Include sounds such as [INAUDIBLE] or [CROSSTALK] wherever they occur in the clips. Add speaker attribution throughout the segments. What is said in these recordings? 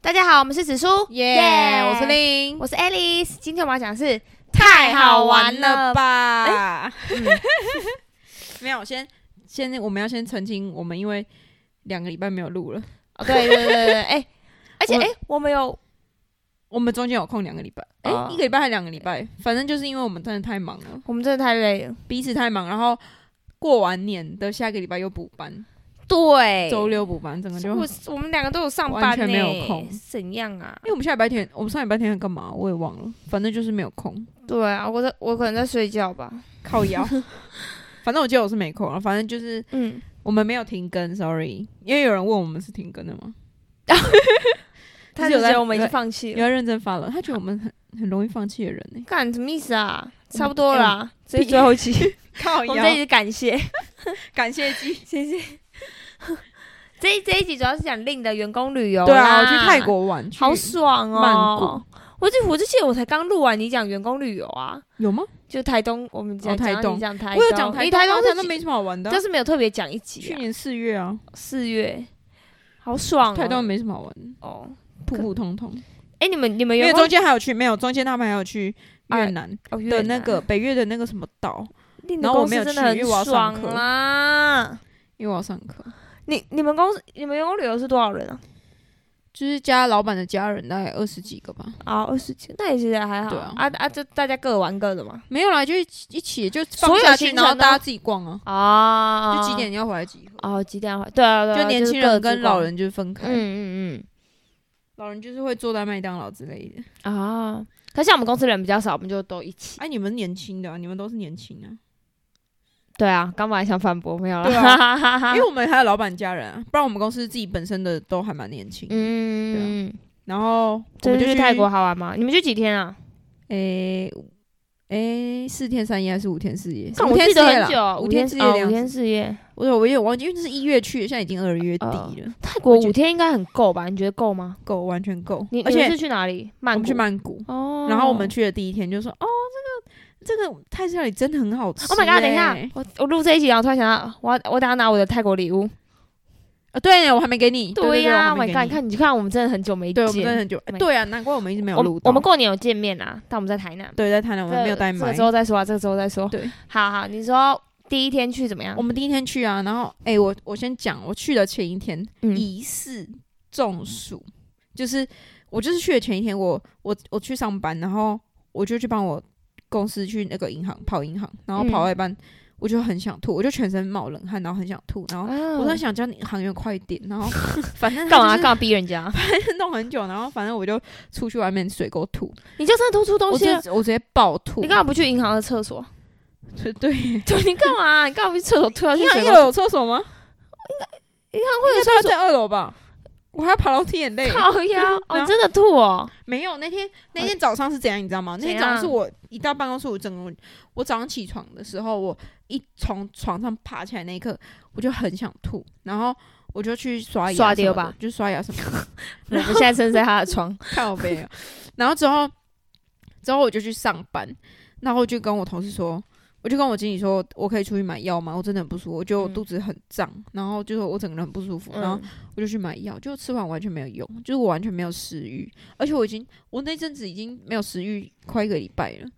Speaker 1: 大家好，我们是紫苏，
Speaker 2: 耶、我是令，
Speaker 1: 我是 Alice。今天我们要讲的是
Speaker 2: 太好玩了吧？哎
Speaker 1: 嗯
Speaker 2: [LAUGHS] 没有，先先我们要先澄清，我们因为两个礼拜没有录了，
Speaker 1: 哦对对对对对，哎、而且
Speaker 2: 我
Speaker 1: 哎、我们有
Speaker 2: 我们中间有空两个礼拜，哎、
Speaker 1: 哦
Speaker 2: 一个礼拜还两个礼拜，反正就是因为我们真的太忙了，
Speaker 1: 我们真的太累了，
Speaker 2: 彼此太忙，然后过完年的下个礼拜又补班，
Speaker 1: 对
Speaker 2: 周六补班，整个就。
Speaker 1: 我
Speaker 2: 因
Speaker 1: 我们两个都有上班、呢，
Speaker 2: 完全没有空
Speaker 1: 怎样啊？
Speaker 2: 哎为我们下礼拜天，我们上礼拜天要干嘛？我也忘了，反正就是没有空，
Speaker 1: 对啊，我在我可能在睡觉吧，
Speaker 2: 靠 [LAUGHS] 腰。反正我记得我是没空了，反正就是
Speaker 1: 嗯，
Speaker 2: 我们没有停更，sorry。因为有人问我们是停更的吗？
Speaker 1: [LAUGHS] 他
Speaker 2: 是有
Speaker 1: 就觉
Speaker 2: 在
Speaker 1: 得我们已经
Speaker 2: 有在
Speaker 1: 放弃
Speaker 2: 你
Speaker 1: 了，
Speaker 2: 要认真发了，他觉得我们很很容易放弃的人呢、
Speaker 1: 干什么意思啊？差不多了啦， [LAUGHS] 这是嗯哎最后一
Speaker 2: [LAUGHS]
Speaker 1: 期，
Speaker 2: 靠
Speaker 1: 我们这一集感谢，
Speaker 2: 感谢机。
Speaker 1: 谢谢。这一这一集主要是讲令的员工旅游啦，
Speaker 2: 对啊，我去泰国玩去，
Speaker 1: 好爽
Speaker 2: 曼
Speaker 1: 哦
Speaker 2: 谷！
Speaker 1: 我就我就记得我才刚录完你讲员工旅游啊，
Speaker 2: 有吗？
Speaker 1: 就台东，我们讲、
Speaker 2: 哦台
Speaker 1: 讲到
Speaker 2: 东
Speaker 1: 你讲台
Speaker 2: 我有讲台
Speaker 1: 你
Speaker 2: 东啊，
Speaker 1: 台东
Speaker 2: 台
Speaker 1: 是
Speaker 2: 东没什么好玩的啊、
Speaker 1: 但是没有特别讲一集、
Speaker 2: 去
Speaker 1: 啊，
Speaker 2: 年四月啊，
Speaker 1: 四月，好爽、哦！
Speaker 2: 台东没什么好玩的，
Speaker 1: 哦，
Speaker 2: 普普通通。
Speaker 1: 哎、你们你们
Speaker 2: 因为
Speaker 1: 员
Speaker 2: 中
Speaker 1: 工
Speaker 2: 间还有去，没有中间他们还有去越南
Speaker 1: 哦越
Speaker 2: 的
Speaker 1: 南
Speaker 2: 那个北越的那个什么岛，
Speaker 1: 你们
Speaker 2: 然后
Speaker 1: 公
Speaker 2: 我
Speaker 1: 司
Speaker 2: 没有
Speaker 1: 真的
Speaker 2: 去因为我
Speaker 1: 很
Speaker 2: 要上
Speaker 1: 爽
Speaker 2: 课
Speaker 1: 啦！
Speaker 2: 因为我要上课，
Speaker 1: 你你们公司你们员工旅游是多少人啊？
Speaker 2: 就是加老板的家人大概二十几个吧，
Speaker 1: 啊，二十几，那也其实还好
Speaker 2: 对啊
Speaker 1: 啊啊，就大家各玩各的嘛。
Speaker 2: 没有啦，就一起一起就放
Speaker 1: 所有
Speaker 2: 下去，
Speaker 1: 行
Speaker 2: 然后
Speaker 1: 程
Speaker 2: 大家
Speaker 1: 都
Speaker 2: 自己逛啊，
Speaker 1: 啊，
Speaker 2: 就几？点要回来集合，
Speaker 1: 哦，几点啊？对啊，对啊，
Speaker 2: 就年
Speaker 1: 是
Speaker 2: 轻
Speaker 1: 各
Speaker 2: 人
Speaker 1: 自
Speaker 2: 跟
Speaker 1: 逛
Speaker 2: 老，人就是分开，
Speaker 1: 嗯嗯
Speaker 2: 老人就是会坐在麦当劳之类的。
Speaker 1: 嗯啊。可是像我们公司人比较少，我们就都一起。
Speaker 2: 哎，你们年轻的、啊，你们都是年轻啊，
Speaker 1: 对啊，刚本来想反驳，没有了。
Speaker 2: 对
Speaker 1: 啊 [LAUGHS]
Speaker 2: 因为我们还有老板家人啊，不然我们公司自己本身的都还蛮年轻。
Speaker 1: 嗯，啊
Speaker 2: 然后我
Speaker 1: 这
Speaker 2: 们
Speaker 1: 次
Speaker 2: 就
Speaker 1: 去泰国，好玩吗？你们去几天啊？
Speaker 2: 诶诶，四天三夜还是五天四夜？
Speaker 1: 但
Speaker 2: 五
Speaker 1: 我
Speaker 2: 天
Speaker 1: 记
Speaker 2: 四
Speaker 1: 得
Speaker 2: 夜
Speaker 1: 很
Speaker 2: 啦，
Speaker 1: 久，啊
Speaker 2: 五
Speaker 1: 五
Speaker 2: 天
Speaker 1: 天
Speaker 2: 四
Speaker 1: 四
Speaker 2: 夜
Speaker 1: 夜，哦
Speaker 2: 的
Speaker 1: 五
Speaker 2: 样
Speaker 1: 天
Speaker 2: 子。
Speaker 1: 四夜。
Speaker 2: 我有我有忘记，因为这是一月去的，现在已经二月底
Speaker 1: 哦
Speaker 2: 了，
Speaker 1: 泰国
Speaker 2: 我觉
Speaker 1: 五天应该很够吧？你觉得够吗？
Speaker 2: 够完全够
Speaker 1: 你。
Speaker 2: 而
Speaker 1: 你们
Speaker 2: 且
Speaker 1: 是去哪里？
Speaker 2: 我
Speaker 1: 曼
Speaker 2: 们
Speaker 1: 谷
Speaker 2: 去曼谷，
Speaker 1: 哦。
Speaker 2: 然后我们去的第一天就说，哦，这个这个泰式料理真的很好吃欸。
Speaker 1: ，Oh my god！等一下，我我录这一集，然后突然想到，我要我等下拿我的泰国礼物。
Speaker 2: 啊，对，我还没给你。对
Speaker 1: 呀，Oh my
Speaker 2: 对对
Speaker 1: god！
Speaker 2: 我还没给
Speaker 1: 你看，
Speaker 2: 你
Speaker 1: 你看，我们真的很久没
Speaker 2: 对
Speaker 1: 见，Oh
Speaker 2: 我。们真的很久，哎
Speaker 1: my-
Speaker 2: 对啊，难怪我们一直没有
Speaker 1: 我
Speaker 2: 录
Speaker 1: 们
Speaker 2: 到。
Speaker 1: 我们过年有见面啊，但我们在台南。
Speaker 2: 对在台南我们没有带
Speaker 1: 这
Speaker 2: 麦
Speaker 1: 个。之后再说啊，这个之后再说。
Speaker 2: 对，
Speaker 1: 好好，你说第一天去怎么样
Speaker 2: 我？们第一天去啊，然后哎、我我先讲，我去的前一天、
Speaker 1: 嗯
Speaker 2: 疑似中暑，就是我就是去的前一天，我我我去上班，然后我就去帮我公司去那个银行跑银行，然后
Speaker 1: 嗯
Speaker 2: 跑到一半、我就很想吐，我就全身冒冷汗，然后很想吐，然后。
Speaker 1: 啊
Speaker 2: 我在想叫你行员快一点，
Speaker 1: [LAUGHS]
Speaker 2: 然后反正
Speaker 1: 干嘛啊
Speaker 2: 他
Speaker 1: 干嘛逼人家？
Speaker 2: 就是弄很久，然后反正我就出去外面水沟吐，
Speaker 1: 你就真的吐出
Speaker 2: 我
Speaker 1: 东
Speaker 2: 直
Speaker 1: 西
Speaker 2: 接
Speaker 1: 了？
Speaker 2: 我直接暴吐，
Speaker 1: 你干嘛不去银行的厕 [LAUGHS] 所？
Speaker 2: 对对，银
Speaker 1: 对，你干嘛？你干嘛不去厕所突然去
Speaker 2: 行
Speaker 1: 水
Speaker 2: 一
Speaker 1: 沟？
Speaker 2: 楼有厕所吗？
Speaker 1: 会有
Speaker 2: 应该在二楼吧？我还要爬楼梯，很累。
Speaker 1: 靠 [LAUGHS] 腰
Speaker 2: 然
Speaker 1: 哦，
Speaker 2: 后
Speaker 1: 真的吐 [LAUGHS] 哦！
Speaker 2: 没有，那天那天早上是怎样，你知道吗？那
Speaker 1: 哎怎
Speaker 2: 天
Speaker 1: 样
Speaker 2: 早上是我一到办公室，我整个我早上起床的时候，我一从床上爬起来那一刻，我就很想吐，然后我就去刷牙，
Speaker 1: 刷掉吧，
Speaker 2: 就刷牙什么的，
Speaker 1: 我
Speaker 2: [LAUGHS]
Speaker 1: 们现在正在他的床，
Speaker 2: 看我没有。然后之后之后我就去上班，然后我就跟我同事说。我就跟我经理说，我可以出去买药吗？我真的很不舒服，我觉得我
Speaker 1: 嗯
Speaker 2: 肚子很胀，然后就是我整个人很不舒服，然后
Speaker 1: 嗯，
Speaker 2: 我就去买药，就吃完完全没有用，就是我完全没有食欲，而且我已经我那阵子已经没有食欲快一个礼拜了，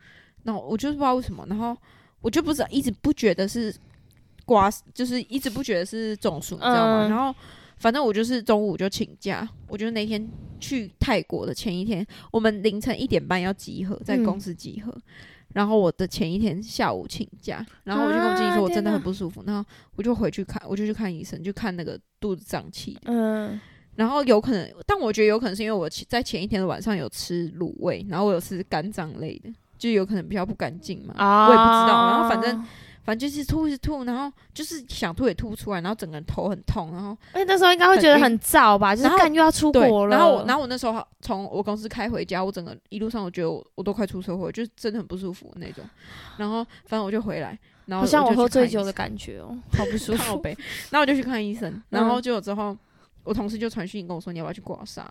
Speaker 2: 然后我就是不知道为什么，然后我就不知道一直不觉得是刮，就是一直不觉得是中暑，你知道吗？
Speaker 1: 嗯
Speaker 2: 然后反正我就是中午就请假，我就那天去泰国的前一天，我们凌晨一点半要集合，在
Speaker 1: 嗯
Speaker 2: 公司集合。然后我的前一天下午请假，然后我就跟我经理说，
Speaker 1: 啊
Speaker 2: 我真的
Speaker 1: 天
Speaker 2: 很
Speaker 1: 哪
Speaker 2: 不舒服。然后我就回去看，我就去看医生，就看那个肚子胀气的。
Speaker 1: 嗯，
Speaker 2: 然后有可能，但我觉得有可能是因为我其在前一天的晚上有吃卤味，然后我有吃肝脏类的，就有可能比较不干净嘛，我也不知道。然后反正
Speaker 1: 啊，
Speaker 2: 反正就是吐是吐，然后就是想吐也吐不出来，然后整个人头很痛，然后
Speaker 1: 哎，那时候应该会觉得很燥吧？就是
Speaker 2: 然后
Speaker 1: 干又要出
Speaker 2: 对，
Speaker 1: 国了，
Speaker 2: 然后我然后我那时候从我公司开回家，我整个一路上我觉得我我都快出车祸，就是真的很不舒服那种。然后反正我就回来，然后
Speaker 1: 好像
Speaker 2: 我
Speaker 1: 我
Speaker 2: 就去
Speaker 1: 喝醉
Speaker 2: 看医
Speaker 1: 酒
Speaker 2: 生
Speaker 1: 的感觉哦，好不舒
Speaker 2: 靠
Speaker 1: 服。
Speaker 2: 背，然后我就去看医生，然
Speaker 1: 嗯
Speaker 2: 后就之后，我同事就传讯跟我说你要不要去刮痧，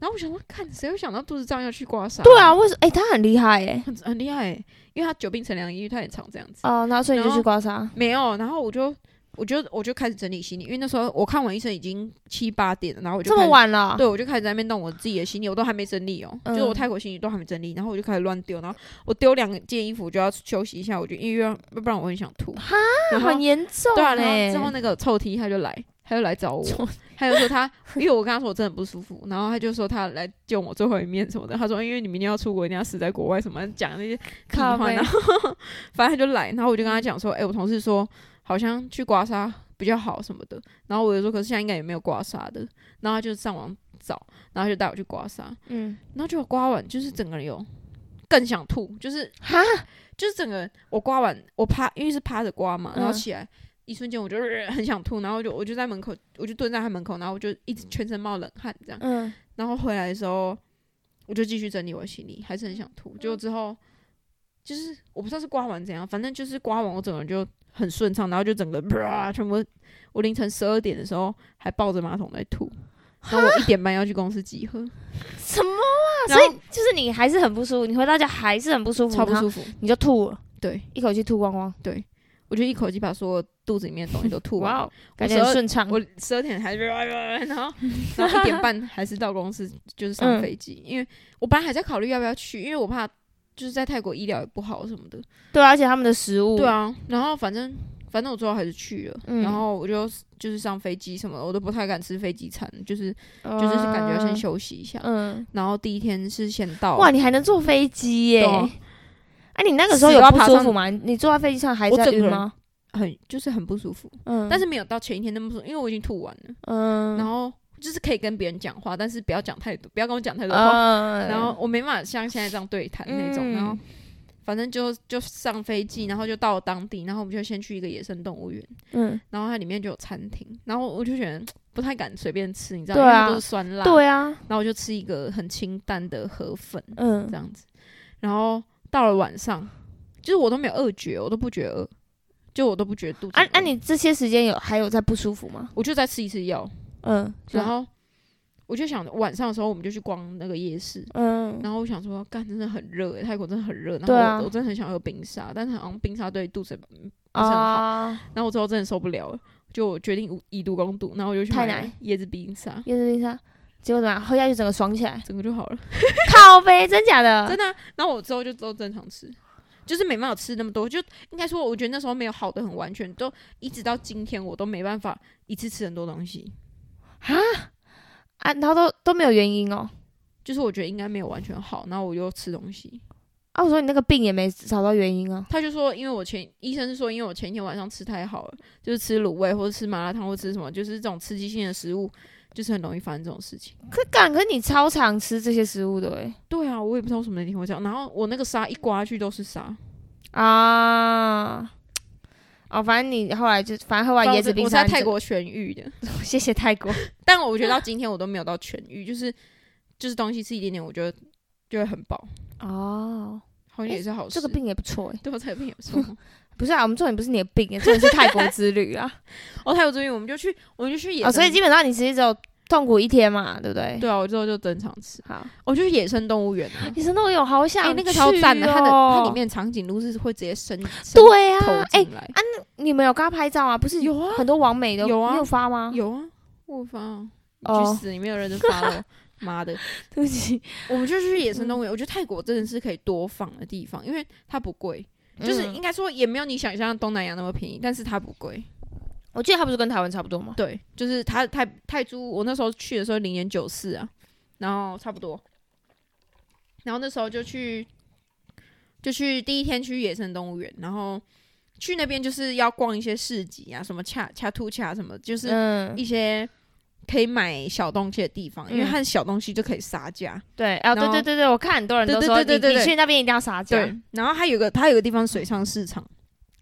Speaker 2: 然后我想说，看谁会想到肚子胀要去刮痧？
Speaker 1: 对啊，，为什么？哎，他很厉害 [LAUGHS] 哎。
Speaker 2: 很很厉害欸、因为他久病成良医，他也常这样子。
Speaker 1: 哦，然后所以你就去刮痧，
Speaker 2: 没有，然后我就我就我就开始整理行李，因为那时候我看完医生已经七八点了，然后我就
Speaker 1: 这么
Speaker 2: 开始
Speaker 1: 晚了，
Speaker 2: 对，我就开始在那边弄我自己的行李，我都还没整理哦、
Speaker 1: 嗯
Speaker 2: 就是我泰国行李都还没整理，然后我就开始乱丢，然后我丢两件衣服我就要休息一下，我就因为要不然我很想吐。
Speaker 1: 哈
Speaker 2: 然后
Speaker 1: 很严重
Speaker 2: 对啊，
Speaker 1: 欸
Speaker 2: 然后之后那个臭 T 他就来，他就来找我，他就说他，因为我跟他说我真的很不舒服，然后他就说他来见我最后一面什么的，他说因为你明天要出国，一定要死在国外什么讲那些屁
Speaker 1: 靠
Speaker 2: 话，
Speaker 1: 背
Speaker 2: 然后反正他就来，然后我就跟他讲说，哎、我同事说好像去刮痧比较好什么的，然后我就说可是现在应该也没有刮痧的，然后他就上网找，然后就带我去刮痧，
Speaker 1: 嗯，
Speaker 2: 然后就刮完就是整个人有更想吐，就是
Speaker 1: 哈，
Speaker 2: [LAUGHS] 就是整个我刮完，我趴，因为是趴着刮嘛，
Speaker 1: 嗯
Speaker 2: 然后起来，一瞬间我就、 [LAUGHS] 呃很想吐，然后我就我就在门口，我就蹲在他门口，然后我就一直全身冒冷汗这样，
Speaker 1: 嗯，
Speaker 2: 然后回来的时候，我就继续整理我的行李，还是很想吐，结果之后就是我不知道是刮完怎样，反正就是刮完我整个人就很顺畅，然后就整个、呃、全部，我凌晨十二点的时候还抱着马桶在吐，然后我一点半要去公司集
Speaker 1: [LAUGHS]
Speaker 2: 合，
Speaker 1: 哦什么啊？
Speaker 2: 然
Speaker 1: 所
Speaker 2: 后
Speaker 1: 以就是你还是很不舒服，你回到家还是很不舒服，
Speaker 2: 超不
Speaker 1: 然后
Speaker 2: 舒服，
Speaker 1: 你就吐了，
Speaker 2: 对
Speaker 1: 一口气吐光光，
Speaker 2: 我就一口气把所有肚子里面的东西都吐完了。
Speaker 1: 哇哦，感觉很顺畅。
Speaker 2: 我十二点还是 [LAUGHS] 然
Speaker 1: [LAUGHS]
Speaker 2: 后然后一点半还是到公司，就是上
Speaker 1: 嗯
Speaker 2: 飞机，因为我本来还在考虑要不要去，因为我怕就是在泰国医疗也不好什么的。
Speaker 1: 对啊，而且他们的食物，
Speaker 2: 对，啊，然后反正反正我最后还是去了，
Speaker 1: 嗯
Speaker 2: 然后我就就是上飞机什么的，我都不太敢吃飞机餐，就是
Speaker 1: 就
Speaker 2: 就是感觉要先。休息一下。
Speaker 1: 嗯，
Speaker 2: 然后第一天是先到，
Speaker 1: 啊哇，你还能坐飞机耶？
Speaker 2: 对啊
Speaker 1: 哎，你那个时候有不舒服吗？你坐在飞机上还在晕吗？
Speaker 2: 很就是很不舒服，
Speaker 1: 嗯，
Speaker 2: 但是没有到前一天那么不舒服，因为我已经吐完了，
Speaker 1: 嗯，
Speaker 2: 然后就是可以跟别人讲话，但是不要讲太多，不要跟我讲太多话。
Speaker 1: 嗯，
Speaker 2: 然后我没办法像现在这样对谈那
Speaker 1: 嗯
Speaker 2: 种，然后反正就就上飞机，然后就到当地，然后我们就先去一个野生动物园，
Speaker 1: 嗯，
Speaker 2: 然后它里面就有餐厅，然后我就觉得不太敢随便吃，你知道，
Speaker 1: 对
Speaker 2: 因为
Speaker 1: 啊
Speaker 2: 它都是酸辣，
Speaker 1: 对啊，
Speaker 2: 然后我就吃一个很清淡的河粉
Speaker 1: 嗯
Speaker 2: 这，样子，然后到了晚上，就是我都没有饿觉，我都不觉得饿，就我都不觉得肚子
Speaker 1: 啊
Speaker 2: 饿，
Speaker 1: 啊，你这些时间有还有在不舒服吗？
Speaker 2: 我就再吃一次药，
Speaker 1: 嗯，
Speaker 2: 然后我就想晚上的时候我们就去逛那个夜市，
Speaker 1: 嗯，
Speaker 2: 然后我想说，干真的很热欸，泰国真的很热。然后
Speaker 1: 对
Speaker 2: 我、
Speaker 1: 啊
Speaker 2: 我真的很想喝冰沙，但是好像冰沙对肚子，很好
Speaker 1: 啊，
Speaker 2: 然后我之后真的受不了了，就我决定无以毒攻毒，然后我就去
Speaker 1: 太
Speaker 2: 买
Speaker 1: 难
Speaker 2: 了椰子冰沙，，
Speaker 1: 椰子冰沙，结果怎么样？喝下去整个爽起来
Speaker 2: 整个就好了，
Speaker 1: 靠呗，真假的？
Speaker 2: 真的啊、然后我之后就都正常吃，就是没办法吃那么多，就应该说，我觉得那时候没有好的很完全，都一直到今天我都没办法一次吃很多东西，
Speaker 1: 啊，然后都都没有原因哦。
Speaker 2: 就是我觉得应该没有完全好，然后我就吃东西。
Speaker 1: 啊，我说你那个病也没找到原因啊。
Speaker 2: 他就说，因为我前医生是说，因为我前一天晚上吃太好了，就是吃卤味或者吃麻辣烫或吃什么，就是这种刺激性的食物，就是很容易发生这种事情。
Speaker 1: 可干，可是你超常吃这些食物的哎、
Speaker 2: 对啊，我也不知道为什么那天会这样。然后我那个沙一刮下去都是沙，
Speaker 1: 啊。哦，反正你后来就反正喝完椰子冰沙，
Speaker 2: 我在泰国痊愈的，
Speaker 1: 你就，谢谢泰国。
Speaker 2: 但我觉得到今天我都没有到痊愈，就是就是东西吃一点点，我觉得就会很饱，
Speaker 1: [LAUGHS] 哦，
Speaker 2: 好像也是好事。
Speaker 1: 这个病也不错哎、
Speaker 2: 对我啊才病有错。
Speaker 1: [LAUGHS] 不是啊，我们重点不是你的病、欸，重点是泰国之旅 [LAUGHS] 啊。
Speaker 2: 哦，还有这边我们就去，我们就去野生，
Speaker 1: 哦，所以基本上你其实只有痛苦一天嘛，对不对？
Speaker 2: 对啊，我之后就正常吃，
Speaker 1: 好，
Speaker 2: 我、就去野生动物园啊。
Speaker 1: 你生动有好想
Speaker 2: 哎、
Speaker 1: 去、哦哦
Speaker 2: 那个超赞的，它的它里面长颈鹿是会直接伸伸
Speaker 1: 对
Speaker 2: 头
Speaker 1: 啊，哎、
Speaker 2: 进来。
Speaker 1: 你们有跟他拍照吗？不是
Speaker 2: 有啊
Speaker 1: 很多网美的
Speaker 2: 有啊
Speaker 1: 你有发吗？
Speaker 2: 有啊，我有发啊，你
Speaker 1: 哦
Speaker 2: 去死！你没有认真发我，妈
Speaker 1: [LAUGHS]
Speaker 2: 的！嗯
Speaker 1: 对不起，
Speaker 2: [LAUGHS] 我们就去野生动物园，我觉得泰国真的是可以多放的地方，因为它不贵，就是
Speaker 1: 嗯
Speaker 2: 应该说也没有你想象的东南亚那么便宜，但是它不贵。
Speaker 1: 我记得他不是跟台湾差不多吗？
Speaker 2: 对，就是它泰泰铢，我那时候去的时候零点九四啊，然后差不多，然后那时候就去就去第一天去野生动物园，然后去那边就是要逛一些市集啊，什么恰恰兔恰什么，就是
Speaker 1: 嗯，
Speaker 2: 一些可以买小东西的地方，因为它的小东西就可以杀价。
Speaker 1: 对，啊，对
Speaker 2: 然后
Speaker 1: 对对对，我看很多人都
Speaker 2: 对对
Speaker 1: 说
Speaker 2: 对对对
Speaker 1: 你你
Speaker 2: 对
Speaker 1: 去那边一定要撒娇，，
Speaker 2: 然后它有个它有个地方水上市场，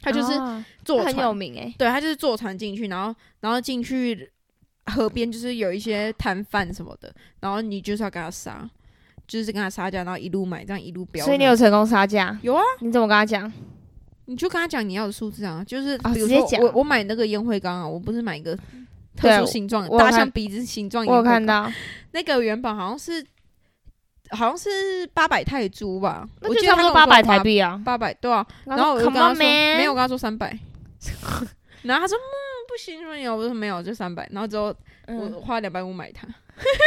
Speaker 2: 它就是
Speaker 1: 啊
Speaker 2: 坐
Speaker 1: 它
Speaker 2: 船，
Speaker 1: 很有名哎，
Speaker 2: 对，它就是坐船进去，然后然后进去河边就是有一些摊贩什么的，然后你就是要跟他杀，就是跟他杀价，然后一路买，这样一路标。
Speaker 1: 所以你有成功杀价，
Speaker 2: 有啊，
Speaker 1: 你怎么跟他讲？
Speaker 2: 你就跟他讲你要的数字啊，就是
Speaker 1: 啊
Speaker 2: 比如
Speaker 1: 直接
Speaker 2: 说
Speaker 1: 讲
Speaker 2: 我我买那个烟灰缸啊，我不是买一个
Speaker 1: 对啊
Speaker 2: 特殊形状的，
Speaker 1: 我有
Speaker 2: 大
Speaker 1: 看
Speaker 2: 象鼻子形状烟
Speaker 1: 我
Speaker 2: 灰
Speaker 1: 有
Speaker 2: 缸，
Speaker 1: 看到，
Speaker 2: 那个原本好像是好像是八百泰铢吧，
Speaker 1: 那
Speaker 2: 我
Speaker 1: 就
Speaker 2: 记得
Speaker 1: 差不多八百台
Speaker 2: 币，
Speaker 1: 币啊。
Speaker 2: 八百对啊。
Speaker 1: 然
Speaker 2: 然后我就跟他说，
Speaker 1: 没
Speaker 2: 没有，
Speaker 1: 有
Speaker 2: 我跟他说三百，然后他说嗯不行，说你有，我说没有，就三百。然后之后我
Speaker 1: 嗯，
Speaker 2: 花两百五买它，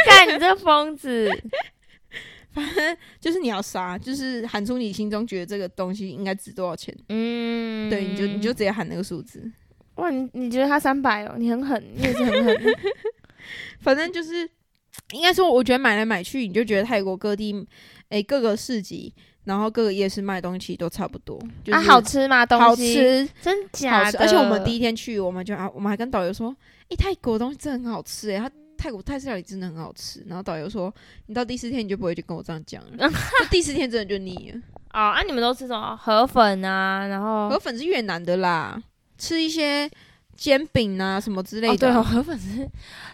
Speaker 1: 干你这疯子！
Speaker 2: 就是你要杀，就是喊出你心中觉得这个东西应该值多少钱，
Speaker 1: 嗯，
Speaker 2: [LAUGHS] 对，你就你就直接喊那个数字。
Speaker 1: 哇，你你觉得他三百哦？你很狠，你也是很狠。
Speaker 2: 反正就是，应该说，我觉得买来买去，你就觉得泰国各地，诶、各个市集，然后各个夜市卖的东西都差不多，就是、
Speaker 1: 啊，好吃吗？东西
Speaker 2: 好吃，
Speaker 1: 真假
Speaker 2: 好吃。
Speaker 1: 的？
Speaker 2: 而且我们第一天去，我们就啊，我们还跟导游说，诶、泰国东西真的很好吃、欸诶，它泰国泰式料理真的很好吃。然后导游说，你到第四天你就不会就跟我这样讲
Speaker 1: [LAUGHS]
Speaker 2: 了，就第四天真的就腻了。
Speaker 1: 哦，啊，你们都吃什么？河粉啊，然后
Speaker 2: 河粉是越南的啦，吃一些煎饼啊什么之类
Speaker 1: 哦，对
Speaker 2: 的。
Speaker 1: 哦，河粉是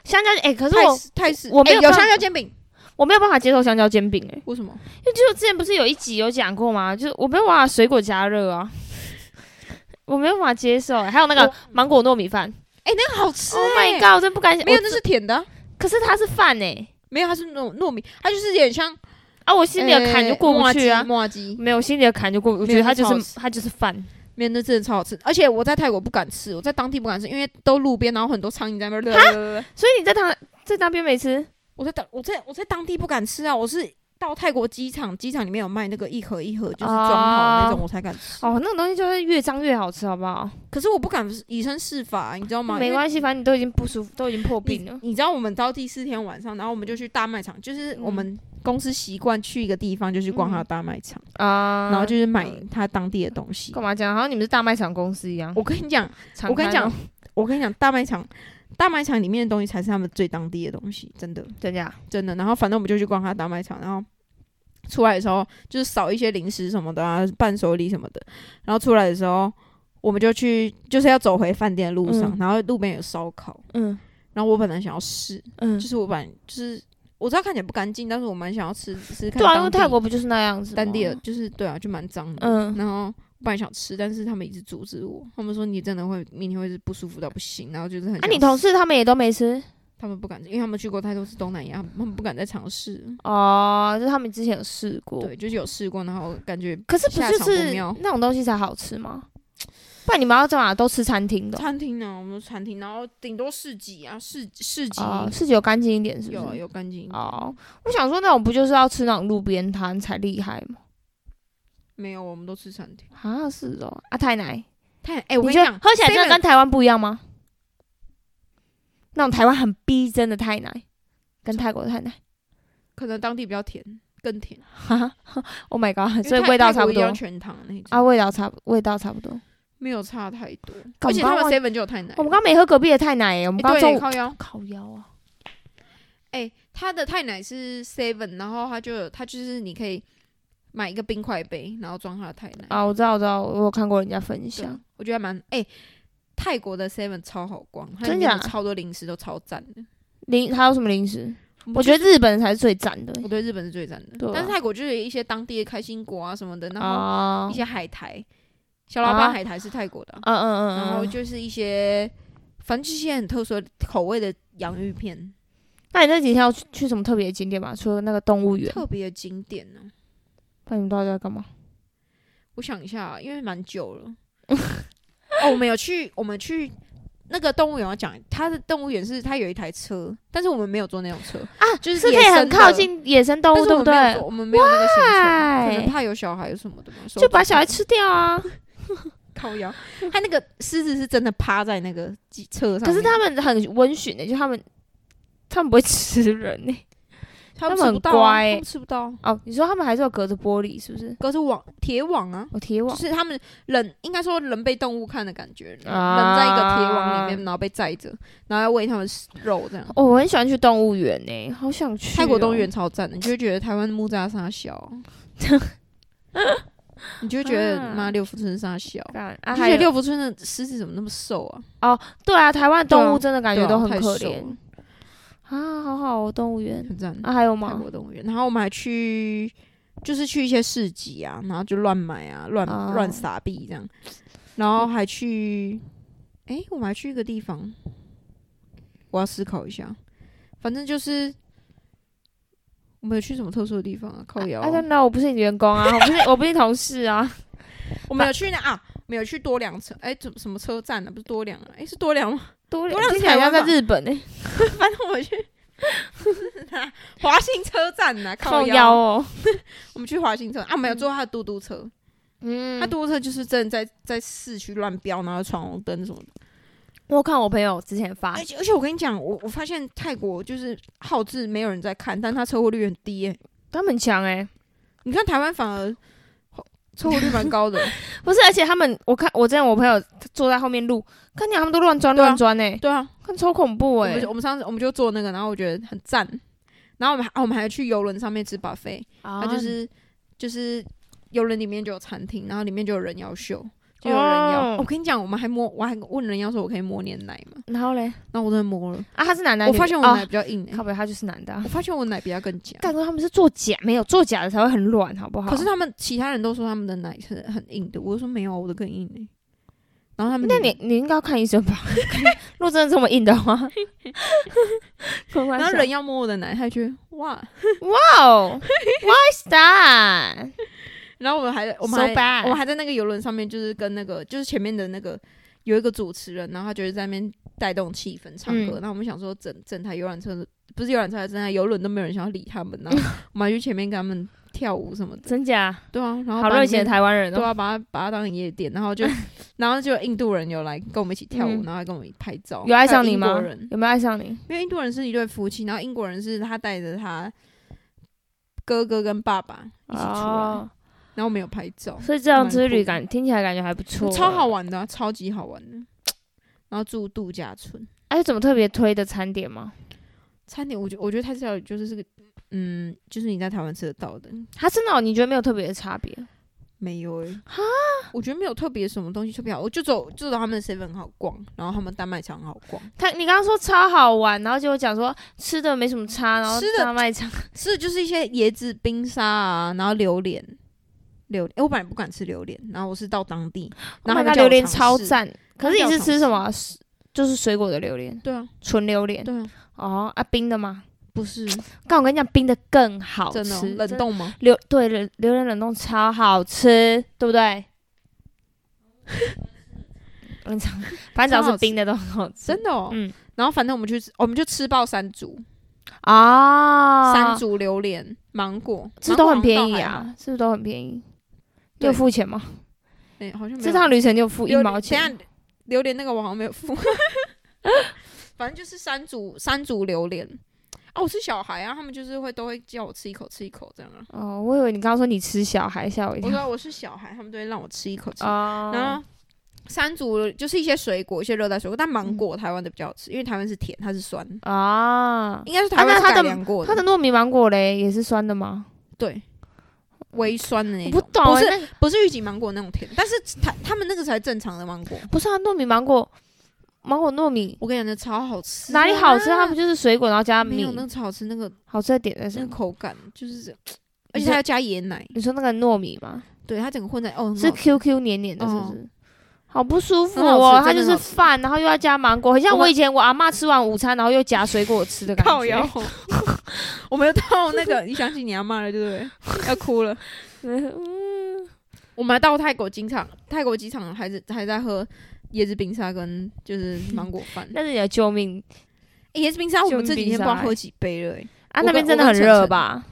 Speaker 1: 香蕉。哎，可是
Speaker 2: 泰
Speaker 1: 我
Speaker 2: 式泰式，
Speaker 1: 我没
Speaker 2: 诶
Speaker 1: 有
Speaker 2: 有
Speaker 1: 办
Speaker 2: 香蕉煎饼，
Speaker 1: 我没有办法接受香蕉煎饼，哎，
Speaker 2: 为什么？
Speaker 1: 因为就之前不是有一集有讲过吗？就是我没有办法水果加热啊，我没有办法接受、哎还有那个
Speaker 2: 我
Speaker 1: 芒果糯米饭
Speaker 2: 诶、那个好吃、
Speaker 1: ，Oh my
Speaker 2: 诶
Speaker 1: god，我真不敢想。
Speaker 2: 没有，
Speaker 1: 我
Speaker 2: 那是甜的啊、
Speaker 1: 可是它是饭哎、
Speaker 2: 没有，它是那种糯米，它就是有点像
Speaker 1: 啊，我心里的坎就过不去啊。
Speaker 2: 麻鸡，
Speaker 1: 没有，我心里的坎就过不去，我
Speaker 2: 哎
Speaker 1: 觉得
Speaker 2: 没有
Speaker 1: 它
Speaker 2: 那超
Speaker 1: 就
Speaker 2: 好
Speaker 1: 是它就是饭。
Speaker 2: 面那真的超好吃。而且我在泰国不敢吃，我在当地不敢吃，因为都路边，然后很多苍蝇在那边乐。
Speaker 1: 所以你在当在那边没吃，
Speaker 2: 我在当我在我在当地不敢吃啊，我是到泰国机场，机场里面有卖那个一盒一盒就是装好的那种，
Speaker 1: 哦
Speaker 2: 我才敢吃。
Speaker 1: 哦，那种东西就是越脏越好吃，好不好？
Speaker 2: 可是我不敢以身试法，啊你知道吗？
Speaker 1: 没
Speaker 2: 系。
Speaker 1: 关系，反正你都已经不舒服，都已经破病
Speaker 2: 你
Speaker 1: 了。
Speaker 2: 你知道我们到第四天晚上，然后我们就去大卖场，就是我
Speaker 1: 嗯
Speaker 2: 们公司习惯去一个地方就去逛它的大卖场，
Speaker 1: 啊
Speaker 2: 然后就是买它当地的东西。
Speaker 1: 干嘛讲？好像你们是大卖场公司一样。
Speaker 2: 我跟你讲，我跟你
Speaker 1: 常
Speaker 2: 讲
Speaker 1: 看哦，，
Speaker 2: 我跟你讲，大卖场，大卖场里面的东西才是他们最当地的东西，真的，
Speaker 1: 真假？
Speaker 2: 真的。然后反正我们就去逛他大卖场，然后出来的时候就是扫一些零食什么的啊，伴手礼什么的。然后出来的时候，我们就去，就是要走回饭店的路上，
Speaker 1: 嗯
Speaker 2: 然后路边有烧烤，
Speaker 1: 嗯
Speaker 2: 然后我本来想要试，
Speaker 1: 嗯
Speaker 2: 就，是我本来就是我知道看起来不干净，但是我蛮想要吃吃看
Speaker 1: 对啊，因为
Speaker 2: 当地
Speaker 1: 泰国不就是那样子吗
Speaker 2: 当地的，就是对啊，就蛮脏的。
Speaker 1: 嗯
Speaker 2: 然后我本来想吃，但是他们一直阻止我，他们说你真的会明天会是不舒服到不行，然后就是很
Speaker 1: 啊，
Speaker 2: 想
Speaker 1: 你同事他们也都没吃
Speaker 2: 他们不敢，因为他们去过太多次东南亚，他们不敢再尝试了。
Speaker 1: 哦，就是他们之前有试过。
Speaker 2: 对，就是有试过，然后感觉
Speaker 1: 可是不
Speaker 2: 下
Speaker 1: 就
Speaker 2: 场不
Speaker 1: 是
Speaker 2: 妙
Speaker 1: 那种东西才好吃吗？不然你们要干嘛？都吃餐厅的哦
Speaker 2: 餐厅呢、我们说餐厅，然后顶多市集啊，市市集、
Speaker 1: 哦，是有干净一点，是不
Speaker 2: 有啊
Speaker 1: 是？
Speaker 2: 有干净一点，
Speaker 1: 哦，我想说那种不就是要吃那种路边摊才厉害吗？
Speaker 2: 没有，我们都吃餐厅。
Speaker 1: 啊，是哦，啊，太奶，
Speaker 2: 太哎、我
Speaker 1: 你
Speaker 2: 跟
Speaker 1: 觉得
Speaker 2: 讲，
Speaker 1: 喝起来真的
Speaker 2: 7-Eleven
Speaker 1: 跟台湾不一样吗？那种台湾很逼真的太奶，跟泰国的太奶，
Speaker 2: 可能当地比较甜，更甜，
Speaker 1: 哈哈，Oh my god，
Speaker 2: 因
Speaker 1: 所
Speaker 2: 为
Speaker 1: 以
Speaker 2: 泰
Speaker 1: 味道
Speaker 2: 泰
Speaker 1: 差
Speaker 2: 国
Speaker 1: 不
Speaker 2: 一定
Speaker 1: 多
Speaker 2: 要全糖那种
Speaker 1: 啊，味道差不味道差不多。
Speaker 2: 没有差太多。
Speaker 1: 干
Speaker 2: 而且他们
Speaker 1: 嘛
Speaker 2: seven 就有太奶了，
Speaker 1: 我们刚没喝隔壁的太奶耶，我们
Speaker 2: 哎
Speaker 1: 刚
Speaker 2: 对
Speaker 1: 中午
Speaker 2: 靠腰。
Speaker 1: 烤腰啊，
Speaker 2: 哎、它的太奶是 seven，然后它就有它就是你可以买一个冰块杯，然后装它的太奶。
Speaker 1: 啊，我知道我知道，我有看过人家分
Speaker 2: 对啊
Speaker 1: 享，
Speaker 2: 我觉得还蛮哎、泰国的 seven 超好逛，它
Speaker 1: 真
Speaker 2: 里面有
Speaker 1: 假
Speaker 2: 超多零食都超赞的。
Speaker 1: 零还有什么零食？我觉
Speaker 2: 得
Speaker 1: 得日本才是最赞的欸
Speaker 2: 我对日本是最赞的，
Speaker 1: 对啊
Speaker 2: 但是泰国就是有一些当地的开心果啊什么的，然后
Speaker 1: 啊
Speaker 2: 一，些海苔，小喇叭
Speaker 1: 啊
Speaker 2: 海苔是泰国的啊、
Speaker 1: 嗯嗯嗯
Speaker 2: 然后
Speaker 1: 嗯嗯，
Speaker 2: 就是一些反正就是一些很特殊的口味的洋芋片，
Speaker 1: 那你那几天要去去什么特别的景点吗？除了那个动物园，
Speaker 2: 特别的经典呢、
Speaker 1: 那你们到底在干嘛？
Speaker 2: 我想一下啊，因为蛮
Speaker 1: [LAUGHS]
Speaker 2: 久了。哦，我们有去，我们去那个动物园。我讲，它的动物园是它有一台车，但是我们没有坐那种车啊，就是
Speaker 1: 是可
Speaker 2: 野
Speaker 1: 以
Speaker 2: 生
Speaker 1: 很
Speaker 2: 的
Speaker 1: 靠，近野生动
Speaker 2: 但
Speaker 1: 物，
Speaker 2: 是
Speaker 1: 对
Speaker 2: 我
Speaker 1: 不
Speaker 2: 们没有
Speaker 1: 对
Speaker 2: 坐，？我们没有那个行程，可能
Speaker 1: Why？
Speaker 2: 怕有小孩什么的嘛，手
Speaker 1: 就把
Speaker 2: 指
Speaker 1: 小孩吃掉啊！
Speaker 2: 靠腰。它那个狮子是真的趴在那个机车上面，
Speaker 1: 可是他们很温驯欸的，就他们他们不会 [LAUGHS] 吃人呢。
Speaker 2: 他
Speaker 1: 他们
Speaker 2: 吃
Speaker 1: 很
Speaker 2: 不到啊，
Speaker 1: 乖
Speaker 2: 他们吃不到，
Speaker 1: 哦，你说他们还是有隔着玻璃，是不是？
Speaker 2: 可是网铁网啊。
Speaker 1: 哦，铁
Speaker 2: 就
Speaker 1: 网。
Speaker 2: 是他们人应该说人被动物看的感觉，人
Speaker 1: 啊
Speaker 2: 人在一个铁网里面，然后被载着，然后要喂他们肉这样。
Speaker 1: 哦，我很喜欢去动物园呢、好想去、哦
Speaker 2: 泰国动物园，超赞的，你就会觉得台湾木栅沙 [LAUGHS] 小，你就会觉得
Speaker 1: 啊
Speaker 2: 妈六福村沙小，
Speaker 1: 干啊，
Speaker 2: 你就
Speaker 1: 还
Speaker 2: 觉得
Speaker 1: 有
Speaker 2: 六福村的狮子怎么那么瘦啊？
Speaker 1: 对啊，台湾的动
Speaker 2: 对啊
Speaker 1: 物真的感觉
Speaker 2: 对啊
Speaker 1: 都很
Speaker 2: 太
Speaker 1: 可
Speaker 2: 瘦
Speaker 1: 怜
Speaker 2: 了
Speaker 1: 啊好好哦，动物园
Speaker 2: 很赞，
Speaker 1: 啊，还有
Speaker 2: 泰
Speaker 1: 吗？
Speaker 2: 国动物园。然后我们还去，就是去一些市集啊，然后就乱买啊，乱
Speaker 1: 哦
Speaker 2: 乱撒币这样，然后还去，诶，我们还去一个地方，我要思考一下，反正就是。我们有去什么特殊的地方啊？靠摇、
Speaker 1: 啊，真的，我不是你员工啊，我不是我不是你同事啊，
Speaker 2: 我们有去那啊，没有去多良车，哎、怎么什么车站呢、不是多良啊？哎、是多良吗？ [LAUGHS]
Speaker 1: 多
Speaker 2: 多良
Speaker 1: 听起来
Speaker 2: 台
Speaker 1: 像
Speaker 2: 湾
Speaker 1: 在
Speaker 2: 吧
Speaker 1: 日本欸诶、
Speaker 2: 反正我们去 [LAUGHS] 华兴车站呐、 [LAUGHS] 靠
Speaker 1: 靠腰
Speaker 2: 哦
Speaker 1: 哦。
Speaker 2: 我们去华兴车啊，没有坐他的嘟嘟车，
Speaker 1: 嗯
Speaker 2: 他嘟嘟车就是真的在在市区乱飙，然后闯红灯什么的。
Speaker 1: 我看我朋友之前发
Speaker 2: 而，且而且我跟你讲，我我发现泰国就是好字没有人在看，但他车祸率很低耶、
Speaker 1: 他们很强欸诶、
Speaker 2: 你看台湾反而车祸率蛮高的，
Speaker 1: 不是，而且他们，我看我之前我朋友他坐在后面录，看见他们都乱钻
Speaker 2: 对啊
Speaker 1: 乱钻诶、
Speaker 2: [LAUGHS] 对啊，
Speaker 1: 看超恐怖欸
Speaker 2: 我
Speaker 1: 诶、
Speaker 2: 们就我们上次我们就坐那个，然后我觉得很赞，然后我们还、啊、我们还去游轮上面吃 buffet，
Speaker 1: 啊
Speaker 2: 它就是就是游轮里面就有餐厅，然后里面就有人妖秀，就有人妖。
Speaker 1: 哦
Speaker 2: 我跟你讲，我们还摸，我还问人妖说我可以摸你的奶吗？
Speaker 1: 然后嘞，
Speaker 2: 然后我真的摸了，
Speaker 1: 啊，他是男的，
Speaker 2: 我发现我
Speaker 1: 哦
Speaker 2: 奶比较硬、欸
Speaker 1: 靠北，他就是男的、啊
Speaker 2: 我。发现我奶比较更假。
Speaker 1: 但说他们是做假，没有做假的才会很软，好不好？
Speaker 2: 可是他们其他人都说他们的奶是很硬的，我就说没有，我的更硬哎、然后他们
Speaker 1: 那你你应该要看医生吧？ [LAUGHS] 如果真的这么硬的 [LAUGHS] 话，开玩
Speaker 2: 然后
Speaker 1: 笑
Speaker 2: 人要摸我的奶，他就觉得哇，
Speaker 1: 哦，Why is that？
Speaker 2: 然后我们还我们
Speaker 1: So
Speaker 2: 还
Speaker 1: bad
Speaker 2: 我们还在那个游轮上面，就是跟那个就是前面的那个有一个主持人，然后他就是在那边带动气氛唱歌。
Speaker 1: 嗯
Speaker 2: 然后我们想说整整台游览车不是游览车，整台游轮都没有人想要理他们，然后我们还去前面跟他们跳舞什么的。
Speaker 1: 真假？
Speaker 2: 对啊，然后
Speaker 1: 好
Speaker 2: 把
Speaker 1: 热
Speaker 2: 里
Speaker 1: 情的
Speaker 2: 面
Speaker 1: 台湾人
Speaker 2: 对
Speaker 1: 哦。
Speaker 2: 啊，把它把它当成夜店，
Speaker 1: [LAUGHS]
Speaker 2: 然后就然后就有印度人有来跟我们一起跳舞，
Speaker 1: 嗯
Speaker 2: 然后还跟我们一起拍照。
Speaker 1: 有爱上
Speaker 2: 还
Speaker 1: 你
Speaker 2: 英
Speaker 1: 吗
Speaker 2: 国人？
Speaker 1: 有没有爱上你？
Speaker 2: 因为印度人是一对夫妻，然后英国人是他带着他哥哥跟爸爸一起出来，
Speaker 1: 哦，
Speaker 2: 然后我们有拍照，
Speaker 1: 所以这样
Speaker 2: 蛮
Speaker 1: 之旅
Speaker 2: 酷
Speaker 1: 感听起来感觉还不错，
Speaker 2: 超好。玩的啊、超级好玩的。然后住度假村，
Speaker 1: 哎，有怎么特别推的餐点吗？
Speaker 2: 餐点我觉我觉得泰式料理就是这个，嗯，就是你在台湾吃得到的，
Speaker 1: 它真的哦你觉得没有特别的差别？
Speaker 2: 没有诶、哈，我觉得没有特别什么东西特别好，我就走就走他们的 seven 很好逛，然后他们大卖场很好逛，
Speaker 1: 他你刚刚说超好玩，然后结果讲说吃的没什么差，然后
Speaker 2: 吃的
Speaker 1: 大卖场
Speaker 2: 吃的就是一些椰子冰沙啊，然后榴莲。榴莲、诶我本来不敢吃榴莲，然后我是到当地，然后
Speaker 1: 它
Speaker 2: 他们叫我
Speaker 1: Oh 榴莲
Speaker 2: 尝
Speaker 1: 超
Speaker 2: 试，
Speaker 1: 赞。可是你
Speaker 2: 叫
Speaker 1: 是
Speaker 2: 尝
Speaker 1: 吃
Speaker 2: 试
Speaker 1: 什么啊？是就是水果的榴莲，
Speaker 2: 对啊，
Speaker 1: 纯榴莲。
Speaker 2: 对啊，
Speaker 1: 哦啊，冰的吗？
Speaker 2: 不是
Speaker 1: 但我跟你讲，冰的更好吃，
Speaker 2: 真的哦、
Speaker 1: 真
Speaker 2: 冷冻吗？
Speaker 1: 榴对榴榴莲冷冻超好吃，对不
Speaker 2: [LAUGHS]
Speaker 1: 对？冷藏，反正只要是冰的都很好吃。
Speaker 2: 真的哦。
Speaker 1: 嗯
Speaker 2: 然后反正我们去吃，我们就吃爆山竹，
Speaker 1: 啊，
Speaker 2: 山竹、榴莲、芒果，
Speaker 1: 这都很便
Speaker 2: 芒
Speaker 1: 宜
Speaker 2: 果好像倒还好！
Speaker 1: 啊，是不是都很便宜？你
Speaker 2: 对
Speaker 1: 有付钱吗？
Speaker 2: 哎、好像没
Speaker 1: 这
Speaker 2: 有
Speaker 1: 趟旅程你有付一
Speaker 2: 榴莲
Speaker 1: 毛钱
Speaker 2: 等一下榴莲那个我好像没
Speaker 1: [LAUGHS]
Speaker 2: 有付，反正就是山竹山竹榴莲。啊，我是小孩啊，他们就是会都会叫我吃一口吃一口这样啊。
Speaker 1: 哦，我以为你刚刚说你吃小孩，吓我一
Speaker 2: 我
Speaker 1: 跳。
Speaker 2: 说我是小孩，他们都会让我吃一口吃一口。
Speaker 1: 哦，
Speaker 2: 然后山竹就是一些水果，一些热带水果，但
Speaker 1: 嗯
Speaker 2: 芒果台湾的比较好吃，因为台湾是甜，它是酸，
Speaker 1: 啊，
Speaker 2: 应该是台
Speaker 1: 啊
Speaker 2: 湾
Speaker 1: 哦那它
Speaker 2: 是
Speaker 1: 的
Speaker 2: 改良过
Speaker 1: 它的糯米芒果嘞也是酸的吗？
Speaker 2: 对微酸的那
Speaker 1: 我
Speaker 2: 种
Speaker 1: 不，懂欸，
Speaker 2: 不是
Speaker 1: 那
Speaker 2: 不是预警芒果那种甜，但是他他们那个才正常的芒果。
Speaker 1: 不是啊，糯米芒果，芒果糯米
Speaker 2: 我跟你讲，那超好吃、啊
Speaker 1: 哪里好吃？它不就是水果然后加
Speaker 2: 没
Speaker 1: 米
Speaker 2: 有？那个超好吃，那个
Speaker 1: 好吃的点在什
Speaker 2: 那个
Speaker 1: 么？
Speaker 2: 口感就是这样，而
Speaker 1: 你
Speaker 2: 且
Speaker 1: 说
Speaker 2: 它要加椰奶，
Speaker 1: 你说那个糯米吗？
Speaker 2: 对，它整个混在哦，很
Speaker 1: 是
Speaker 2: 好吃
Speaker 1: QQ 黏黏的，是不是？好不舒服
Speaker 2: 哦很好
Speaker 1: 哦，
Speaker 2: 吃
Speaker 1: 它
Speaker 2: 真
Speaker 1: 就
Speaker 2: 的
Speaker 1: 是
Speaker 2: 很好吃
Speaker 1: 饭，然后又要加芒果，很像
Speaker 2: 我
Speaker 1: 我
Speaker 2: 们
Speaker 1: 以前我阿嬷吃完午餐，然后又夹水果吃的感
Speaker 2: 靠
Speaker 1: 觉。
Speaker 2: 腰。。 [LAUGHS] 我们又到那个，你想起你要骂了，对不对？要哭了。我们还到泰国机场，泰国机场还是还在喝椰子冰沙跟就是芒果饭
Speaker 1: 那是你的救命
Speaker 2: 欸椰子冰沙我们这几天不知
Speaker 1: 救命冰
Speaker 2: 道
Speaker 1: 沙欸
Speaker 2: 喝几杯了、欸，
Speaker 1: 啊！
Speaker 2: 我跟
Speaker 1: 那边真的很
Speaker 2: 我跟晨晨
Speaker 1: 热吧？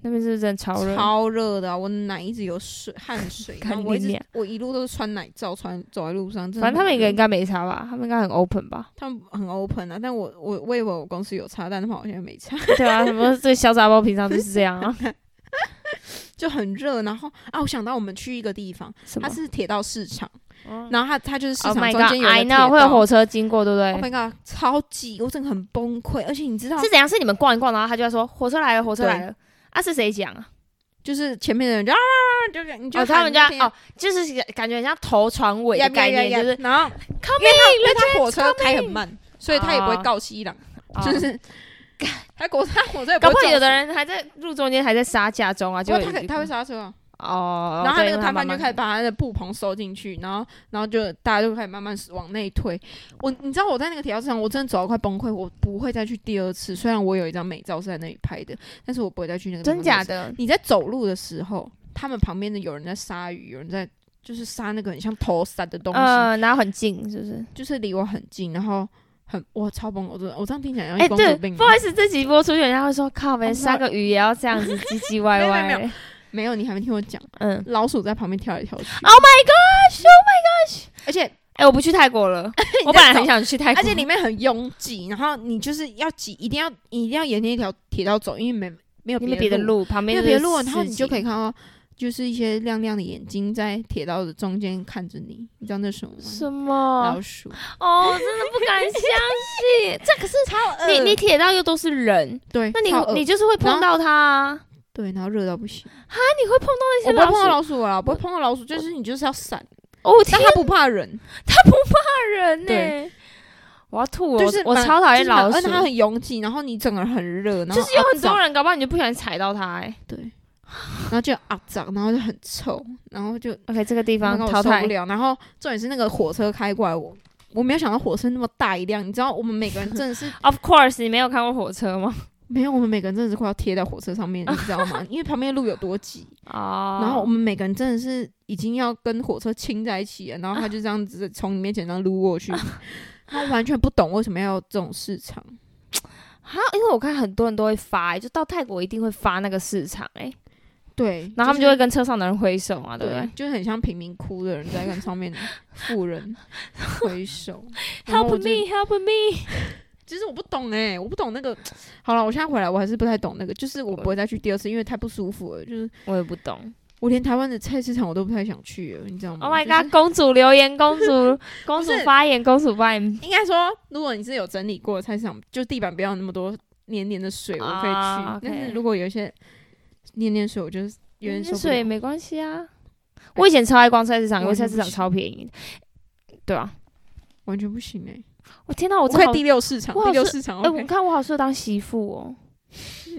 Speaker 1: 那边是不是真的超热？
Speaker 2: 超热的、啊，我奶一直有水汗水，
Speaker 1: [LAUGHS] 干
Speaker 2: 然后我一
Speaker 1: 你
Speaker 2: 直
Speaker 1: 娘
Speaker 2: 我一路都是穿奶罩穿走在路上，真的
Speaker 1: 反正他们
Speaker 2: 很
Speaker 1: 一个
Speaker 2: 热
Speaker 1: 应该没差吧？他们应该很 open
Speaker 2: [LAUGHS]
Speaker 1: 吧？
Speaker 2: 他们很 open 啊，但我我我以为我公司有差，但他们好像没差，
Speaker 1: 对啊，什么这小杂包平常就是这样啊？
Speaker 2: 就很热。然后啊，我想到我们去一个地方，
Speaker 1: [LAUGHS] 什么
Speaker 2: 它？是铁道市场，
Speaker 1: 哦
Speaker 2: 然后它它就是市
Speaker 1: Oh
Speaker 2: 场
Speaker 1: my
Speaker 2: 中间有
Speaker 1: god！I
Speaker 2: 一个铁
Speaker 1: know 会有
Speaker 2: 道。
Speaker 1: 火车经过，对不对
Speaker 2: Oh？my god，超挤，我真的很崩溃。而且你知道，
Speaker 1: 是怎样？是你们逛一逛，然后他就在说火车来了，火车来了。啊，是谁讲啊？
Speaker 2: 就是前面的人就啊，就你就
Speaker 1: 哦，他们家
Speaker 2: 喊那
Speaker 1: 哦，就是感觉很像头船尾
Speaker 2: 些呀
Speaker 1: 的
Speaker 2: 呀
Speaker 1: 概念，
Speaker 2: 呀呀
Speaker 1: 就是
Speaker 2: 然后因为他因为他火车开很慢，所以他也不会
Speaker 1: 哦
Speaker 2: 告西朗，
Speaker 1: 哦 [LAUGHS]
Speaker 2: 就是他火他火车也
Speaker 1: 搞
Speaker 2: 不
Speaker 1: 不好
Speaker 2: 会撞
Speaker 1: 有的
Speaker 2: 死，
Speaker 1: 人还在路中间还在杀价中啊，
Speaker 2: 不
Speaker 1: 就
Speaker 2: 过他可他会刹车啊。
Speaker 1: 哦，
Speaker 2: [LAUGHS] 然后他
Speaker 1: 对
Speaker 2: 那个摊贩就开始，
Speaker 1: 因为
Speaker 2: 把他的布棚收进去，然后然后就大家就开始慢慢往内推。我你知道我在那个铁道市场，我真的走到快崩溃，我不会再去第二次。虽然我有一张美照是在那里拍的，但是我不会再去那个。
Speaker 1: 慢慢真假？的
Speaker 2: 你在走路的时候，他们旁边的有人在杀鱼，有人在就是杀那个很像头杀的东西，
Speaker 1: 呃，然后很近，是不是？
Speaker 2: 就是离我很近，然后很我超崩溃，我真的我这样听起来像
Speaker 1: 哎、
Speaker 2: 公
Speaker 1: 对，
Speaker 2: 主病
Speaker 1: 不好意思，这集播出去，人家会说靠
Speaker 2: 哦
Speaker 1: 呗，杀个鱼也要这样子唧唧歪歪。
Speaker 2: [LAUGHS] 没有没没有，你还没听我讲，
Speaker 1: 嗯
Speaker 2: 老鼠在旁边跳来跳去，
Speaker 1: ，Oh my gosh，
Speaker 2: 而且
Speaker 1: 哎、我不去泰国
Speaker 2: [LAUGHS]
Speaker 1: 了，我本来很想去泰国，
Speaker 2: 而且里面很拥挤，然后你就是要挤，一定要你一定要沿那条铁道走，因为没没有
Speaker 1: 因为
Speaker 2: 别
Speaker 1: 别的，路旁
Speaker 2: 没
Speaker 1: 边
Speaker 2: 有
Speaker 1: 就是
Speaker 2: 别的路，啊然后你就可
Speaker 1: 以
Speaker 2: 以看到就是一些亮亮的眼睛在铁道的中间看着你，你知道那是什么吗？
Speaker 1: 什么
Speaker 2: 老？鼠，
Speaker 1: 哦，我真的不敢相信，这可是
Speaker 2: 超
Speaker 1: 你你铁道又都是人，
Speaker 2: 对，
Speaker 1: 那你
Speaker 2: 超恶
Speaker 1: 你就是会碰到它啊，
Speaker 2: 对，然后热到不行，
Speaker 1: 那你会碰到那些
Speaker 2: 我不会
Speaker 1: 老
Speaker 2: 碰到
Speaker 1: 鼠？
Speaker 2: 老鼠啊，不会碰到老鼠，就是你就是要闪，
Speaker 1: 哦天
Speaker 2: 但它不怕人，
Speaker 1: 人呢、
Speaker 2: 对
Speaker 1: 我要吐了，
Speaker 2: 就是
Speaker 1: 我我
Speaker 2: 蛮
Speaker 1: 超讨厌
Speaker 2: 就是蛮
Speaker 1: 老
Speaker 2: 而
Speaker 1: 鼠
Speaker 2: 且，它很拥挤，然后你整个人很热，然后啊
Speaker 1: 就是有很多
Speaker 2: 肮脏
Speaker 1: 人，搞不好你就不小心踩到它、哎
Speaker 2: 对，然后就肮脏，然后就很臭，然后就
Speaker 1: OK，这个啊哦地方
Speaker 2: 那个
Speaker 1: 淘
Speaker 2: 我受
Speaker 1: 汰
Speaker 2: 不。了。然后重点是那个火车开过来我，我没有想到火车那么大一辆，你知道我们每个人真
Speaker 1: [LAUGHS]
Speaker 2: 的是
Speaker 1: Of course，你没有看过火车吗？
Speaker 2: 没有，我们每个人真的是快要贴在火车上面，你知道吗？因为旁边的路有多挤，
Speaker 1: 哦，
Speaker 2: 然后我们每个人真的是已经要跟火车亲在一起了，然
Speaker 1: 啊
Speaker 2: 后他就这样子从你面前这样撸过去， [LAUGHS] 他完全不懂为什么要有这种市场。
Speaker 1: 哈，因为我看很多人都会发、欸就到泰国一定会发那个市场、欸，
Speaker 2: 对，
Speaker 1: 然后他们
Speaker 2: 是
Speaker 1: 就会跟车上的人欸挥手嘛，对不
Speaker 2: 对
Speaker 1: 对？，
Speaker 2: 就是很像贫民窟的人在跟上面的富人挥
Speaker 1: [LAUGHS]
Speaker 2: 手然后
Speaker 1: Help
Speaker 2: 我就
Speaker 1: me, help me！
Speaker 2: 其实我不懂哎、我不懂那个。好了，我现在回来，我还是不太懂那个，就是我不会再去第二次，因为太不舒服了。就是
Speaker 1: 我也不懂。
Speaker 2: 我连台湾的菜市场我都不太想去了，你知道吗
Speaker 1: Oh my
Speaker 2: 嗯就是
Speaker 1: god！公主留
Speaker 2: [LAUGHS]
Speaker 1: 言，公主公主
Speaker 2: 不是
Speaker 1: 发言，公主发言。
Speaker 2: 应该说，如果你是有整理过的菜市场，就地板不要有那么多黏黏的水，我可以去。
Speaker 1: 啊，OK
Speaker 2: 但是如果有一些黏黏水，我就是有点受不
Speaker 1: 所以
Speaker 2: 了。
Speaker 1: 没关系啊。我以前超爱逛菜市场，因为
Speaker 2: 完全
Speaker 1: 菜
Speaker 2: 不
Speaker 1: 市场
Speaker 2: 行
Speaker 1: 超便宜。对啊，
Speaker 2: 完全不行哎、
Speaker 1: 我天到我
Speaker 2: 我
Speaker 1: 真的
Speaker 2: 快
Speaker 1: 好
Speaker 2: 第六市场
Speaker 1: 我，好
Speaker 2: 第六
Speaker 1: 是
Speaker 2: 市场
Speaker 1: 哎，我
Speaker 2: ，OK，、
Speaker 1: 看我好适合当媳妇哦。
Speaker 2: [LAUGHS]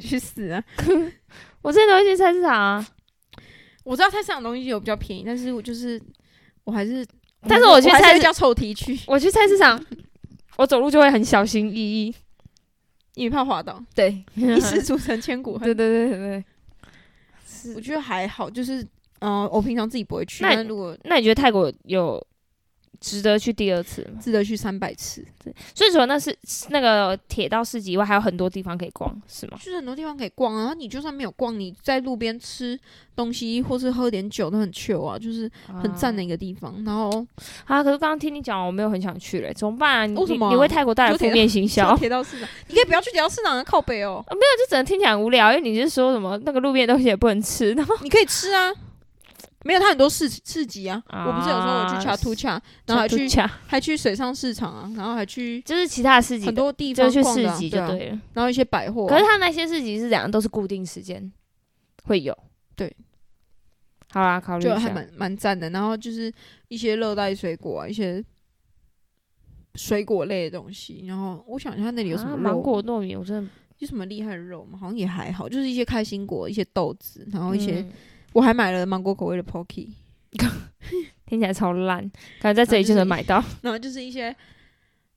Speaker 2: 去死啊！
Speaker 1: 我之前都会去菜市场啊，
Speaker 2: 我知道菜市场的东西有比较便宜，但是我就是我还是，
Speaker 1: 但是我去
Speaker 2: 还是
Speaker 1: 菜
Speaker 2: 会
Speaker 1: 市
Speaker 2: 叫臭蹄去，
Speaker 1: 我去菜市场，我走路就会很小心翼翼。
Speaker 2: 因为怕滑 [LAUGHS] 倒，
Speaker 1: [LAUGHS] 对，
Speaker 2: 一失足成千古恨。
Speaker 1: 对对对对对。
Speaker 2: 我觉得还好，就是嗯、呃我平常自己不会去，
Speaker 1: 那
Speaker 2: 但如果
Speaker 1: 那你觉得泰国有值得去第二次吗？
Speaker 2: 值得去三百次，
Speaker 1: 所以除了那是那个铁道市集以外，还有很多地方可以逛，是吗？
Speaker 2: 就是很多地方可以逛啊。然后你就算没有逛，你在路边吃东西或是喝点酒都很 chill 啊，就是很赞的一个地方。然后
Speaker 1: 啊！可是刚刚听你讲，我没有很想去嘞、怎么办、啊？你
Speaker 2: 为什么啊
Speaker 1: 你你为泰国带来
Speaker 2: 就
Speaker 1: 负
Speaker 2: 铁
Speaker 1: 面行
Speaker 2: [LAUGHS]
Speaker 1: 销？
Speaker 2: 铁道市场，你可以不要去铁道市场啊，靠北哦，
Speaker 1: 那就整个听起来很无聊，因为你是说什么那个路边的东西也不能吃，然后
Speaker 2: 你可以吃啊。没有，它很多市市集啊。
Speaker 1: 啊
Speaker 2: 我不是有时候我去查突恰，然后还去
Speaker 1: 恰
Speaker 2: 还去水上市场啊，然后还去
Speaker 1: 就是其他的市集
Speaker 2: 很多地
Speaker 1: 就
Speaker 2: 方
Speaker 1: 是去
Speaker 2: 逛
Speaker 1: 市
Speaker 2: 的啊、
Speaker 1: 集就
Speaker 2: 对啊，
Speaker 1: 对了。
Speaker 2: 然后一些百货啊、
Speaker 1: 可是他那些市集是怎样，都是固定时间会有。
Speaker 2: 对，
Speaker 1: 好啦，考虑
Speaker 2: 就
Speaker 1: 一
Speaker 2: 还
Speaker 1: 下。
Speaker 2: 蛮蛮赞的。然后就是一些热带水果啊，一些水果类的东西。然后我想一下那里有什么
Speaker 1: 啊
Speaker 2: 肉
Speaker 1: 芒果糯米？我真的
Speaker 2: 有什么厉害的肉吗？好像也还好，就是一些开心果、一些豆子，然后一些、
Speaker 1: 嗯
Speaker 2: 我还买了芒果口味的 Pocky，
Speaker 1: 听起来超烂，感觉在这里就能买到。
Speaker 2: [LAUGHS] 然后就是一些。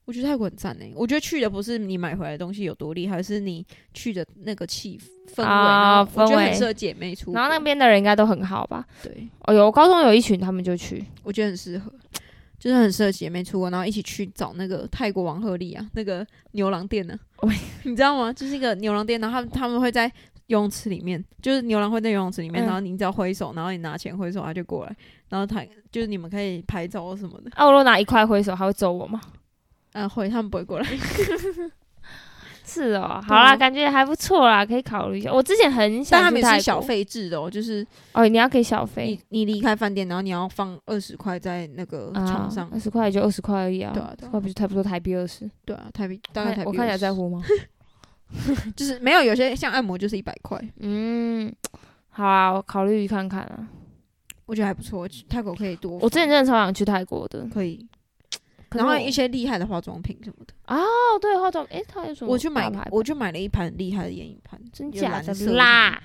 Speaker 2: 我觉得泰国很赞诶、我觉得去的不是你买回来的东西有多厉害，而是你去的那个气氛氛围，
Speaker 1: 啊
Speaker 2: 然后我觉得
Speaker 1: 氛围
Speaker 2: 很适合姐妹出国。
Speaker 1: 然后那边的人应该都很好吧？
Speaker 2: 对，
Speaker 1: 哦，有我高中有一群，他们就去。
Speaker 2: 我觉得很适合，就是很适合姐妹出国，然后一起去找那个泰国王鹤棣啊，那个牛郎店呢、啊
Speaker 1: 喂，
Speaker 2: [LAUGHS] 你知道吗？就是一个牛郎店，然后他们他们会在游泳池里面，就是牛郎会在游泳池里面，
Speaker 1: 嗯
Speaker 2: 然后你只要挥手，然后你拿钱挥手，他就过来，然后他就是你们可以拍照或什么的，
Speaker 1: 啊，我如果拿一块挥手，他会揍我吗？
Speaker 2: 呃，挥他们不会过来，
Speaker 1: 是哦，好
Speaker 2: 对啊
Speaker 1: 啦，感觉还不错啦，可以考虑一下。我之前很
Speaker 2: 但
Speaker 1: 想
Speaker 2: 他
Speaker 1: 去
Speaker 2: 们也
Speaker 1: 泰
Speaker 2: 是
Speaker 1: 国
Speaker 2: 小费制的哦，就是
Speaker 1: 哦，你要给小费
Speaker 2: 你你离开饭店，然后你要放二十块在那个床上，
Speaker 1: 啊二十块也就二十块而已啊，
Speaker 2: 对啊对
Speaker 1: 20
Speaker 2: 啊
Speaker 1: 块不就差不多台币二十？
Speaker 2: 对啊，台币大概台币
Speaker 1: 我看起来
Speaker 2: 20
Speaker 1: 在，乎吗？
Speaker 2: 就是没有有些像按摩就是一百块，
Speaker 1: 嗯，好啊，我考虑看看啊。
Speaker 2: 我觉得还不错，去泰国可以多，
Speaker 1: 我之前真的超想去泰国的，
Speaker 2: 可以。
Speaker 1: 可是
Speaker 2: 然后
Speaker 1: 我
Speaker 2: 一些厉害的化妆品什么的，
Speaker 1: 哦，对化妆，诶，它有什么大牌？
Speaker 2: 我去买，我去买了一盘很厉害的眼影盘，
Speaker 1: 真
Speaker 2: 有
Speaker 1: 假
Speaker 2: 蓝
Speaker 1: 的
Speaker 2: 色什么
Speaker 1: 啦。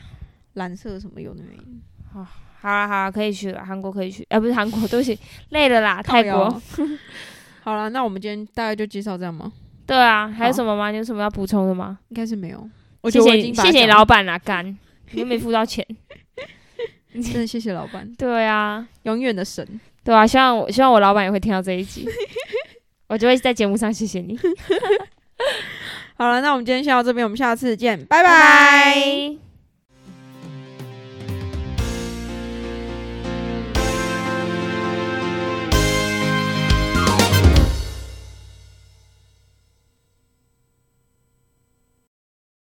Speaker 2: 蓝色什么有的没的，
Speaker 1: 好啦好啦，可以去了，韩国可以去，哎、不是韩国，对不起，累了啦，泰
Speaker 2: [LAUGHS] 靠腰
Speaker 1: 国。。
Speaker 2: 好了，那我们今天大概就介绍这样吗？
Speaker 1: 对啊，还有
Speaker 2: 好
Speaker 1: 什么吗？你有什么要补充的吗？
Speaker 2: 应该是没有。我
Speaker 1: 谢
Speaker 2: 觉
Speaker 1: 谢
Speaker 2: 得我已
Speaker 1: 你，
Speaker 2: 经把
Speaker 1: 谢谢你
Speaker 2: 它讲
Speaker 1: 老板啦，干，你又没付到钱。
Speaker 2: 真的谢谢老板，
Speaker 1: [LAUGHS] 对啊，
Speaker 2: 永远的神。
Speaker 1: 对啊，希望我希望我老板也会听到这一
Speaker 2: [LAUGHS]
Speaker 1: 集，我就会在节目上谢谢你，
Speaker 2: 好了，那我们今天先到这边，我们下次见，拜
Speaker 1: 拜
Speaker 2: 拜。
Speaker 1: 拜。